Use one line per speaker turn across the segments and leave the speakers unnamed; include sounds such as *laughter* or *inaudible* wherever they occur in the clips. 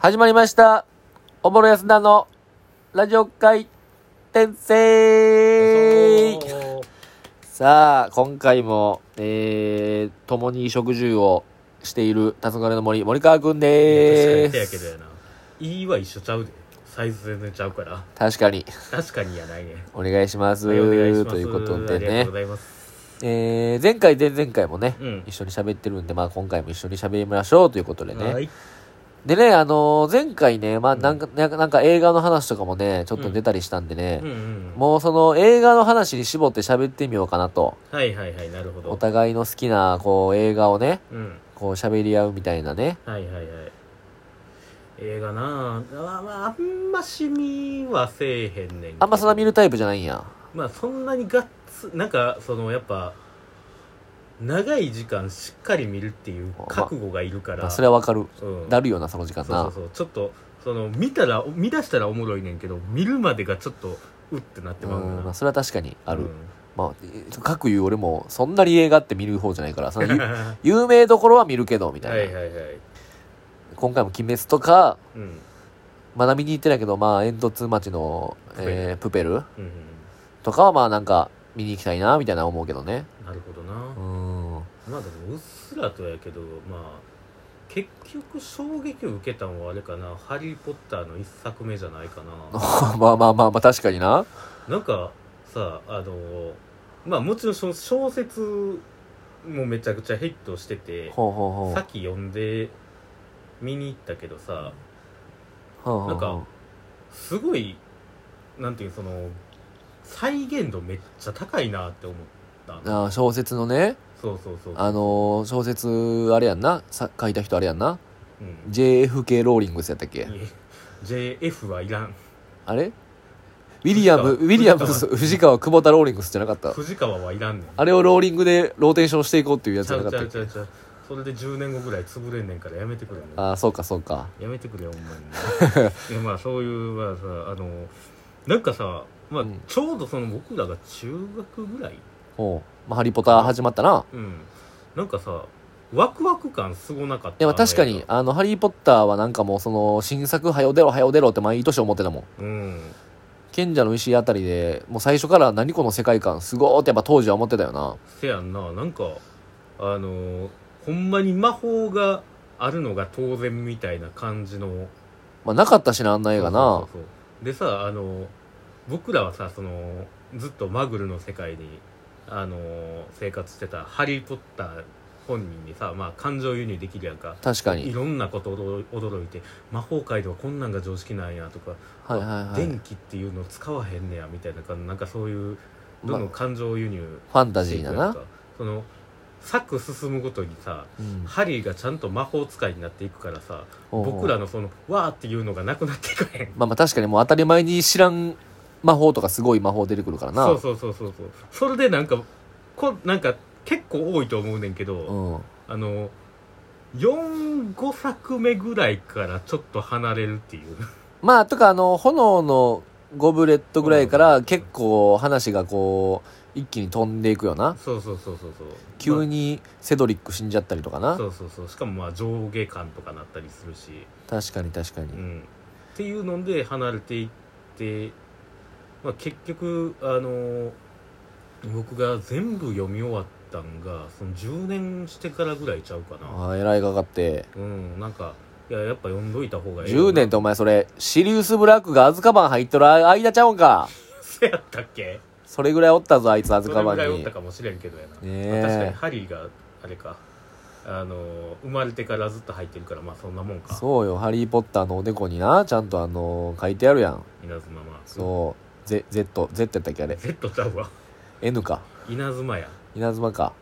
始まりました。おぼろやすなのラジオ会転生さあ、今回も、えー、共に衣食住をしている、黄昏の森、森川くんで
確かに
ー
手やけ
す。
どやな E は一緒ちゃうでサイズ全然ちゃうから
確かに、
確かにやないね
お願いします。
はいお願いします
ということで
ありがと
ね
うご、ざいます
えー、前回、前々回もね、
うん
一緒に喋ってるんで、まあ今回も一緒に喋りましょうということでね。
はい
でね、あのー前回ね、まあ
うん
なんか、なんかなんか映画の話とかもね、ちょっと出たりしたんでね、
うんうん
もうその映画の話に絞って喋ってみようかなと。
はいはいはいなるほど
お互いの好きな、こう、映画をね、
うん
こう喋り合うみたいなね。
はいはいはい映画なあまあまああんま趣味はせえへんねんけど
あんまそんな見るタイプじゃないんや。
まあそんなにガッツなんかそのやっぱ長い時間しっかり見るっていう覚悟がいるから、
まあそれはわかる。
うん
なるよな、その時間
そうそう
な。
そうちょっとその見たら見出したらおもろいねんけど見るまでがちょっとうってなって
う、
まうん
ま
な
あ、それは確かにある。
うん
まあ、かく言う俺も、そんなに映画って見る方じゃないから、その
*laughs*
ゆ有名どこ *laughs* ろは見るけど、みたい
は
な。
いはいはい、
今回も鬼滅とか、
うん
まだ見に行ってないけど、まあ、煙突町の、えー、プペル
うん
とかはまあなんか見に行きたいなみたいな思うけどね
うん、なるほどな、
うん *laughs*
まあでもうっすらとやけどまあ結局衝撃を受けたのはあれかな「ハリー・ポッター」の一作目じゃないか
*laughs*
な
まあまあまあまあ確かにな
なんかさあのまあもちろんその小説もめちゃくちゃヒットしてて
ほうほうほう
さっき読んで見に行ったけどさ
ほうほうほう
なんかすごいなんていうその再現度めっちゃ高いなって思った
あー小説のね
そうそうそう
あのー小説あれやんなさ書いた人あれやんな
うん *laughs*
JFK ローリングスやったっけ
いえ JF はいらん
あれウィリアムウ
藤川
ィリアムス
藤
藤川久保田ローリングスじゃなかった
藤川はいらんねん
あれをローリングでローテーションしていこうっていうやつ
ち
じ
ゃ
ゃなか
う
っ
ち
た
ゃ
っ
う
け
ちゃうちゃうそれで10年後ぐらい潰れんねんからやめてくれもう
ああそうかそうか
やめてくれよほんまに
*laughs*
いやまあそういうまあさあのなんかさまあ、
うん
ちょうどその僕らが中学ぐらい
ほう、まあ、ハリポタ始まったな
うんなんかさワクワク感すごなかった
いやまあ
あの映画
確かにあの「ハリー・ポッター」はなんかもうその新作「はよ出ろはよ出ろ」って毎年思ってたもん
うん
賢者の石あたりでもう最初から何この世界観すごーってやっぱ当時は思ってたよな
せやんななんかあのーほんまに魔法があるのが当然みたいな感じの
まあなかったしなあんな映画な
そうそうそうそうでさあのー僕らはさそのずっとマグルの世界にあのー生活してたハリー・ポッター本人にさ、まあ、感情輸入できるやんか
確か
い
に
ろんなことを驚いて魔法界ではこんなんが常識なんやとか、
はいはいはい
電気っていうの使わへんねやみたいな感じなんかそういうどんどん
ま
感情輸入
ファンタジーだな、
その作進むごとにさ
うん、
ハリーがちゃんと魔法使いになっていくからさ
おうおう
僕らのそのわーっていうのがなくなっていかへん
まあまあ確かにもう当たり前に知らん魔法とかすごい魔法出てくるからな
そうそうそうそうそうそれでなんかこなんか結構多いと思うねんけど、
うん、
あの45作目ぐらいからちょっと離れるっていう
まあとかあの炎のゴブレットぐらいから結構話がこう一気に飛んでいくよな
そうそうそうそうそう
*laughs* 急、にセドリック死んじゃったりとか
まあ
な
そうそうそうしかもまあ上下感とかなったりするし
確かに確かに、
うん、っていうので離れていって、まあ、結局あの僕が全部読み終わったんがその10年してからぐらいちゃうかな
ああえらいかかって
うんなんかいややっぱ読んどいた方がいい
10年ってお前それ、シリウス・ブラックがアズカバン入っとる間ちゃうんか。
せやったっけ
それぐらいおったぞ、あいつアズ
そ
カ
れ
バ
ぐらい
ン
おっ
に
た。かもしれんけどやな、
ねえ
まあ確かにハリーがあれかあの生まれてからずっと入ってるからまあそんなもんか
そうよ、ハリー・ポッターのおでこにな、ちゃんとあの、書いてあるやん。
稲妻まあ
そう、ゼ Z、Z やったっけあれ。
Z ちゃうわ
N か。
稲妻や
稲妻か。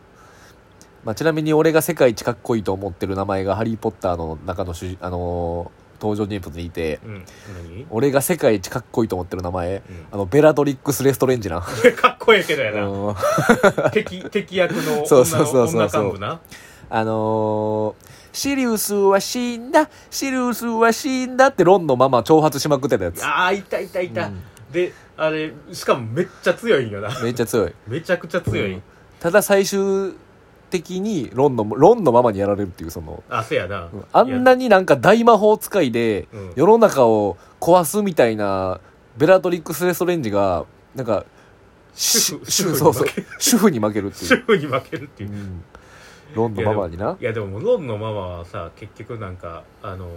まあ、ちなみに俺が世界一かっこいいと思ってる名前がハリー・ポッターの中の主人あのー登場人物にいて、
うん何、
俺が世界一かっこいいと思ってる名前、
うん
あの、ベラドリックス・レストレンジな。
*laughs* かっこええけどや
う
な、
ん
敵敵役の女
*laughs*
の
そうそうそうそう
女幹部な
あのー、シリウスは死んだ、シリウスは死んだってロンのまま挑発しまくってたやつ。
ああいたいたいた、
うん
であれしかもめっちゃ強いんよな
めっちゃ強い。
めちゃくちゃ強い、
ただ最終的にロンのロンのままにやられるっていうその
あせやな、
うんあんなになんか大魔法使いで
うん *laughs*
世の中を壊すみたいなベラトリックス・レストレンジがなんかし
主婦
主婦そうそう主婦に負けるってい
主
う、
婦に負けるっていうう、
ん、ロンのままにない
やでもロンのママはさ結局なんかあの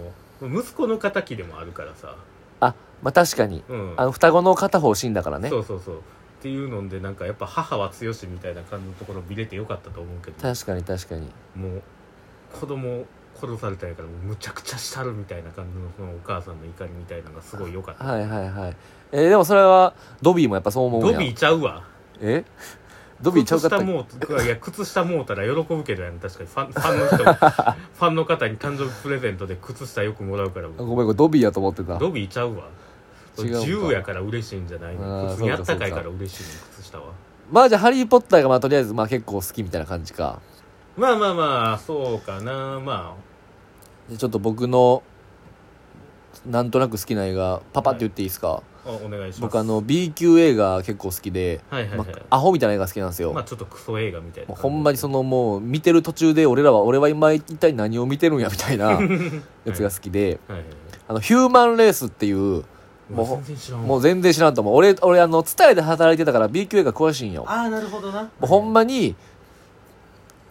息子の敵でもあるからさ、
あまあ確かに
うん、
あの双子の片方死んだからね
そうそうそうっていうのでなんかやっぱ母は強しみたいな感じのところ見れてよかったと思うけど
確かに確かに
もう子供殺されたんやからもうむちゃくちゃしたるみたいな感じのそのお母さんの怒りみたいなのがすごいよかった
はいはいはいえーでもそれはドビーもやっぱそう思うんや
ドビーちゃうわ
えドビーちゃうかったっ
靴
け
下もういや靴下もうたら喜ぶけどやん確かにファンファンの
*laughs*
人ファンの方に誕生日プレゼントで靴下よくもらうから
ごめんごめんドビーやと思ってた
ドビーちゃうわ
違うんか
自由やから嬉しいんじゃない
あー
の普通にあったかいか
そ
ら嬉しいの靴下は
まあじゃあハリー・ポッターがまあとりあえずまあ結構好きみたいな感じか
まあまあまあそうかなま
でちょっと僕のなんとなく好きな映画パパって言っていいですか、
あおお願いします
僕あの B 級映画結構好きで、
はいはいはい、
まあアホみたいな映画好きなんですよ、
まあちょっとクソ映画みたいな
も
感
う
じ。
ほんまにそのもう見てる途中で俺らは俺は今一体何を見てるんやみたい
*laughs*
なやつが好きで、
はいはいはい。
あのヒューマンレースっていうもう
もう全然知らんわ。
もう全然知らんと思う俺俺あの伝えで働いてたから B 級映画詳しいんよ
ああ、なるほどな。
もうほんまに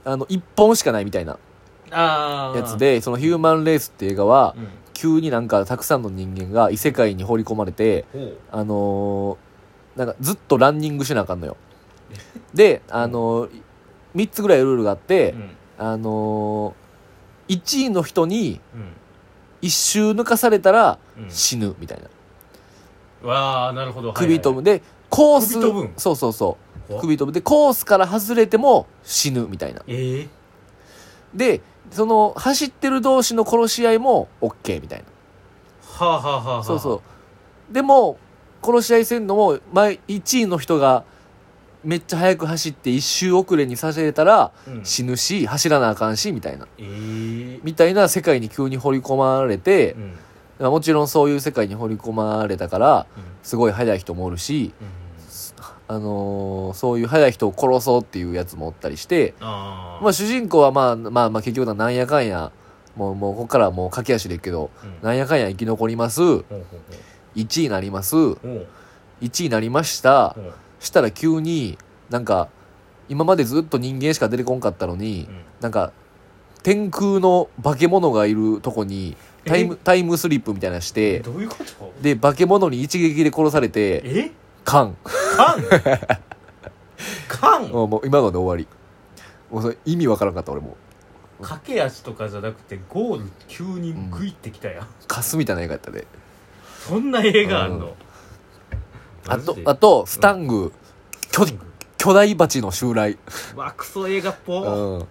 あの1本しかないみたいな
ああ。
やつ。でその「ヒューマン・レース」っていう映画は
うん。
急になんかたくさんの人間が異世界に放り込まれて
ほう。
あのーなんかずっとランニングしなあかん
*laughs*
のよであのー、3つぐらいルールがあって、
うん。
あのー、1位の人に
うん。
1周抜かされたら
うん
死ぬみたいな、
わあ、なるほど。
首飛
ぶ。
ぶでコース
首飛ぶん
そうそうそう
怖っ
首飛ぶでコースから外れても死ぬみたいな
ええ。
でその走ってる同士の殺し合いも OK みたいな
はあはあはあはあ。
そうそうでも殺し合いせんのも前1位の人がめっちゃ速く走って1周遅れにさせれたら
うん。
死ぬし走らなあかんしみたいな
ええ。
みたいな世界に急に掘り込まれて
う、ん。うん
まあもちろんそういう世界に掘り込まれたからすごい速い人もおるし、
うん。
あのーそういう速い人を殺そうっていうやつもおったりして、
ああ。
まあ、主人公はまあまあまあ結局なんやかんやもうもうここからはもう駆け足でいくけど
うん
なんやかんや生き残ります
ほうほう
1位になります
ほう。ほう
1位になりました
ほう。
したら急になんか今までずっと人間しか出てこんかったのに
うん
なんか天空の化け物がいるとこにタイムタイムスリップみたいなのして
どういうこと
で化け物に一撃で殺されて
え
カン *laughs*
缶缶
もうもう今ので終わりもうそれ意味わからんかった俺も
駆け足とかじゃなくてゴール急にグイってきたやん、
カスみたいな映画やったで
そんな映画あんの、
あとあ
あ
とスタング巨巨大蜂の襲来
わクソ映画っ
う
ぽ、
ん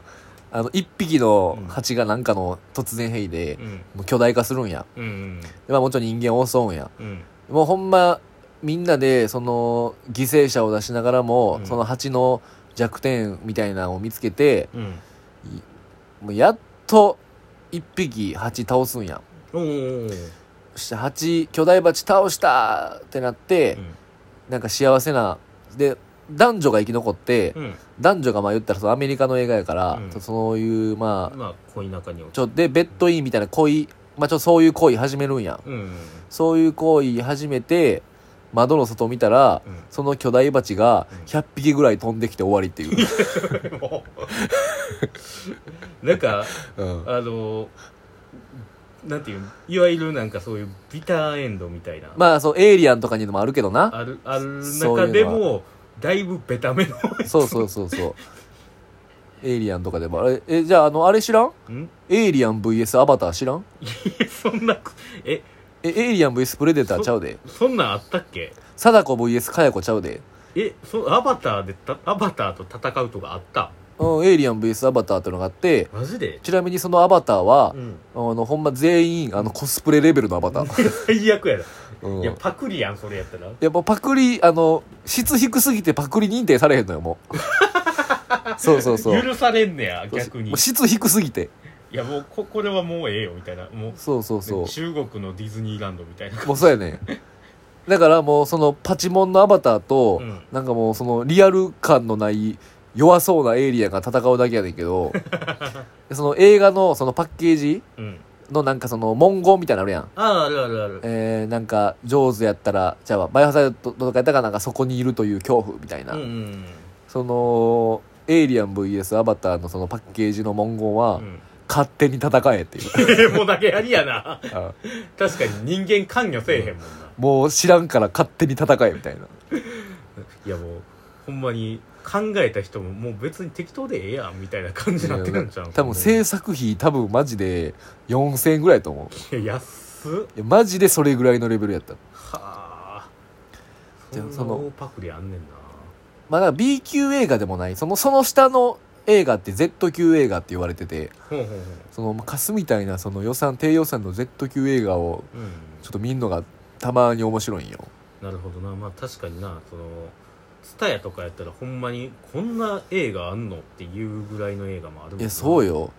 あの一匹の
うん
蜂がなんかの突然変異で
うん、
もう巨大化するんや
うんうん
でまあもちろん人間を襲うんや
うん
もうほんまみんなでその犠牲者を出しながらも、
うん
その蜂の弱点みたいなのを見つけて
うん
もうやっと一匹蜂倒すんや
おー
そして蜂巨大蜂倒したってなって、
うん
なんか幸せなで男女が生き残って、
うん
男女がまあ言ったらそのアメリカの映画やから、
うん
そそういうまあ
まあ恋仲に落
ち
ち
ょっとでベッドインみたいな恋、まあ、ちょっとそういう行為始めるんやん
うんうん
そういう行為始めて窓の外見たら、
うん
その巨大蜂が
うん
100匹ぐらい飛んできて終わりって
*laughs*
いう、
もうなんか
うん
あのなんていうのいわゆるなんかそういうビターエンドみたいな、
まあそうエイリアンとかにでもあるけどな
あるある
そういう
中
の
で
は
もだいぶベタめの *laughs*
そうそうそうそうエイリアンとかでもあれえじゃああのあれ知らん
ん
エイリアン VS アバター知らん
そんなえ
えエイリアン VS プレデターちゃうで
そんなんあったっけ
貞子 VS かやこちゃうで
えそアバターでたアバターと戦うとかあった
うん、エイリアン VS アバターってのがあって、
マジで
ちなみにそのアバターは、
ん
あの、ほんま全員、あの、コスプレレベルのアバター。
最悪やな、
うん。
*laughs* い
や
やパクリやんそれやったら
っぱパクリ、あの、質低すぎてパクリ認定されへんのよ、も
*laughs*
う。そうそうそう。
許されんねや逆に
もう質低すぎて。
いやもうここれはもうええよみたいなもう
そうそうそう。
中国のディズニーランドみたいな
もうそうやねん。だからもう、その、パチモンのアバターと、
うん
なんかもう、その、リアル感のない、弱そうなエイリアンが戦うだけやねんけ
*laughs*
どその映画のそのパッケージ
うん
のなんかその文言みたいなのあるやん
あああるあるある
えー、なんか上手やったらじゃあバイオハザードとかやったらなんかそこにいるという恐怖みたいな、
うんうん
そのエイリアン VS アバターのそのパッケージの文言は、
うん
勝手に戦えっていう
*laughs* もうだけやりやな
あ
確かに人間関与せえへんもんな、
もう知らんから勝手に戦えみたいない
やもうほんまに考えた人ももう別に適当でええやんみたいな感じになってくんちゃう
多分制作費多分マジで4000円ぐらいやと思う
いや安っ
いやマジでそれぐらいのレベルやった
はあ
で
そ
も
ん
そ
な
の
大パクリあんねんな
まあだから B 級映画でもないそのその下の映画って Z 級映画って言われてて
ほうほうほ
そのまあカスみたいなその予算低予算の Z 級映画を
ううん
ちょっと見んのがたまに面白いんよ
なるほどなまあ確かになそのツタヤとかやったらほんまにこんな映画あんのっていうぐらいの映画もあるも
い
んな
やそう、よ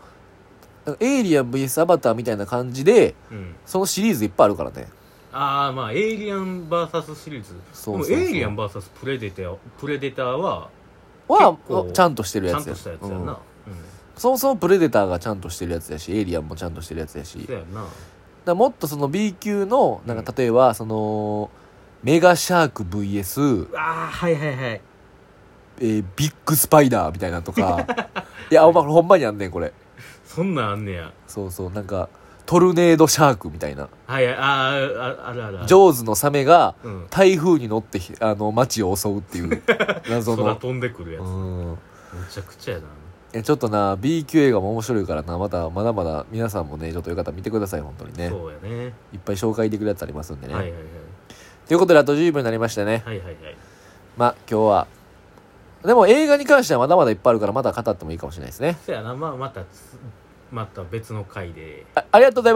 だからエイリアン VS アバターみたいな感じで
うん、
そのシリーズいっぱいあるからね
ああまあエイリアン VS シリーズ
そうそうそう
でもエイリアン VS プレデタープレデターは
は
結構
ちゃんとしてる
ち
や
ゃん
つ
と
や
したやつやな、
う
うんん
そもそもプレデターがちゃんとしてるやつやしエイリアンもちゃんとしてるやつやし
そ
だか
うやな
らもっとその B 級のなんか
う
例えばそのメガシャーク VS、
ああはいはいはい
えービッグスパイダーみたいなと
*laughs*
かいやお前ほんまにあんねんこれ
そんなんあんねや
そうそうなんかトルネードシャークみたいな
はいあーああるあるある
ジョーズのサメが
うん
台風に乗ってひあの街を襲うっていう
*laughs*
謎
空
の
飛んでくるやつ、む
うん
ちゃくちゃやな
えちょっとな B 級映画も面白いからなまたまだまだ皆さんもねちょっとよかったら見てください本当にね
そうやね
いっぱい紹介できるやつありますんでね、
はいはいはい
ということであと10分になりましたね
はいはいはい
まあ今日はでも映画に関してはまだまだいっぱいあるからまだ語ってもいいかもしれないですね
そやなまあまたつまた別の回で
あありがとうございます